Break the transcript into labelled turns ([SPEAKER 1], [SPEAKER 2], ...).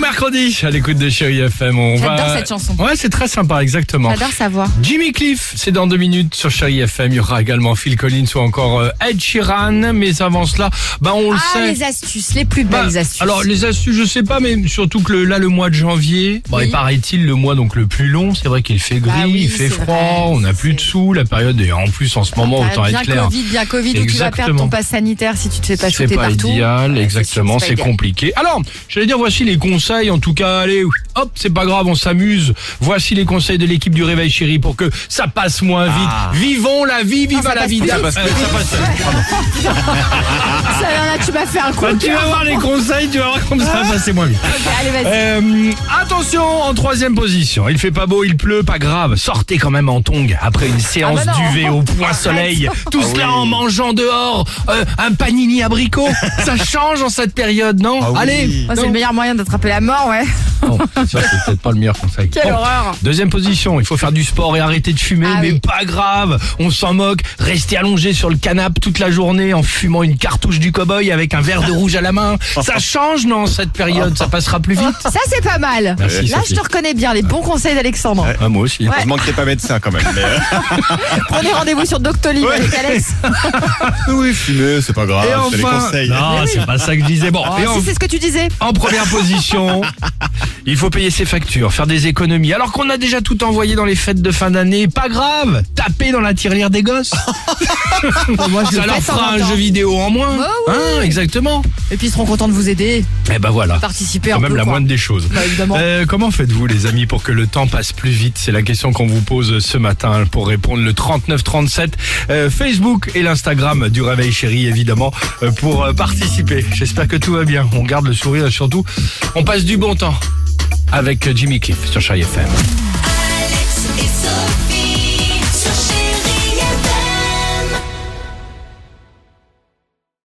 [SPEAKER 1] mercredi à l'écoute de Chéri FM. On
[SPEAKER 2] J'adore
[SPEAKER 1] va-
[SPEAKER 2] cette chanson.
[SPEAKER 1] Ouais, c'est très sympa, exactement.
[SPEAKER 2] J'adore sa voix.
[SPEAKER 1] Jimmy Cliff, c'est dans deux minutes sur Chéri FM. Il y aura également Phil Collins ou encore euh, Ed Sheeran. Mais avant cela, bah on le
[SPEAKER 2] Ah,
[SPEAKER 1] sait.
[SPEAKER 2] les astuces, les plus
[SPEAKER 1] Bah,
[SPEAKER 2] belles astuces.
[SPEAKER 1] Alors les astuces, je sais pas, mais surtout que le- là le mois de janvier, bon,
[SPEAKER 2] Oui.
[SPEAKER 1] il paraît-il le mois donc le plus long. C'est vrai qu'il fait gris,
[SPEAKER 2] Bah oui,
[SPEAKER 1] il fait
[SPEAKER 2] c'est
[SPEAKER 1] froid,
[SPEAKER 2] vrai,
[SPEAKER 1] on n'a
[SPEAKER 2] c'est-
[SPEAKER 1] plus de sous. La période est en plus en ce moment
[SPEAKER 2] T'as
[SPEAKER 1] autant
[SPEAKER 2] bien
[SPEAKER 1] être Oh, clair.
[SPEAKER 2] Covid, bien Covid, où tu vas perdre
[SPEAKER 1] Exactement.
[SPEAKER 2] ton passe sanitaire si tu te fais pas
[SPEAKER 1] C'est
[SPEAKER 2] shooter
[SPEAKER 1] pas
[SPEAKER 2] partout.
[SPEAKER 1] idéal,
[SPEAKER 2] Ouais,
[SPEAKER 1] exactement,
[SPEAKER 2] sûr,
[SPEAKER 1] c'est
[SPEAKER 2] pas idéal.
[SPEAKER 1] compliqué. Alors, j'allais dire, voici les conseils, en tout cas, allez, hop, c'est pas grave, on s'amuse. Voici les conseils de l'équipe du Réveil Chéri pour que ça passe moins vite. Vivons la vie, viva
[SPEAKER 2] Ah. ça
[SPEAKER 1] la
[SPEAKER 2] passe
[SPEAKER 1] vie.
[SPEAKER 2] plus
[SPEAKER 1] Euh, ça passe-
[SPEAKER 2] Ça, alors Ah, là, tu m'as fait un coup.
[SPEAKER 1] Bah,
[SPEAKER 2] de
[SPEAKER 1] tu
[SPEAKER 2] cœur.
[SPEAKER 1] vas voir les conseils, tu vas voir comme
[SPEAKER 2] Ah.
[SPEAKER 1] ça va passer moins vite.
[SPEAKER 2] Ok, Allez, vas-y.
[SPEAKER 1] Euh, attention, en troisième position. Il fait pas beau, il pleut, pas grave. Sortez quand même en tongue après une séance
[SPEAKER 2] bah non. Ah
[SPEAKER 1] d'UV au point soleil. Tout cela en mangeant dehors euh, un panini abricot. ça change en cette période, non Allez.
[SPEAKER 2] Oh, c'est le meilleur moyen d'attraper la mort, ouais.
[SPEAKER 1] Bon, ça c'est peut-être pas le meilleur conseil.
[SPEAKER 2] Quelle
[SPEAKER 1] Bon.
[SPEAKER 2] horreur.
[SPEAKER 1] Deuxième position, il faut faire du sport et arrêter de fumer,
[SPEAKER 2] Ah
[SPEAKER 1] mais
[SPEAKER 2] oui.
[SPEAKER 1] pas grave, on s'en moque, rester allongé sur le canapé toute la journée en fumant une cartouche du cow-boy avec un verre de rouge à la main, ça change non cette période, ça passera plus vite.
[SPEAKER 2] Ça, c'est pas mal.
[SPEAKER 1] Merci,
[SPEAKER 2] là,
[SPEAKER 1] Sophie.
[SPEAKER 2] je te reconnais bien. Les bons conseils d'Alexandre.
[SPEAKER 1] Ah, moi aussi.
[SPEAKER 2] Ouais.
[SPEAKER 3] Je manquais pas médecin quand même. Mais euh,
[SPEAKER 2] Prenez rendez-vous sur Doctolib
[SPEAKER 3] Ouais.
[SPEAKER 2] avec Alex.
[SPEAKER 3] oui, fumer, c'est pas grave,
[SPEAKER 1] Et
[SPEAKER 3] Ah, c'est les
[SPEAKER 1] enfin,
[SPEAKER 3] conseils. hein.
[SPEAKER 1] non, c'est pas ça que je disais. Bon,
[SPEAKER 2] Oh,
[SPEAKER 1] et en-
[SPEAKER 2] si, c'est ce que tu disais.
[SPEAKER 1] en première position, il faut payer ses factures, faire des économies. Alors qu'on a déjà tout envoyé dans les fêtes de fin d'année, pas grave, taper dans la tirelire des gosses.
[SPEAKER 2] je
[SPEAKER 1] ça
[SPEAKER 2] le
[SPEAKER 1] leur
[SPEAKER 2] fais de temps
[SPEAKER 1] fera
[SPEAKER 2] en
[SPEAKER 1] un
[SPEAKER 2] temps.
[SPEAKER 1] jeu vidéo en moins.
[SPEAKER 2] Bah oui.
[SPEAKER 1] Hein, exactement.
[SPEAKER 2] Et puis, ils seront contents de vous aider,
[SPEAKER 1] Eh ben voilà.
[SPEAKER 2] participer un
[SPEAKER 1] quand même
[SPEAKER 2] peu.
[SPEAKER 1] la
[SPEAKER 2] quoi.
[SPEAKER 1] moindre des choses.
[SPEAKER 2] Bah, évidemment.
[SPEAKER 1] Euh, comment faites-vous les amis pour que le temps passe plus vite C'est la question qu'on vous pose ce matin pour répondre le 3937 euh, Facebook et l'Instagram du Réveil Chéri évidemment euh, pour euh, participer. J'espère que tout va bien. On garde le sourire et surtout on passe du bon temps avec Jimmy Cliff sur Chai FM.
[SPEAKER 4] Alex et Sophie.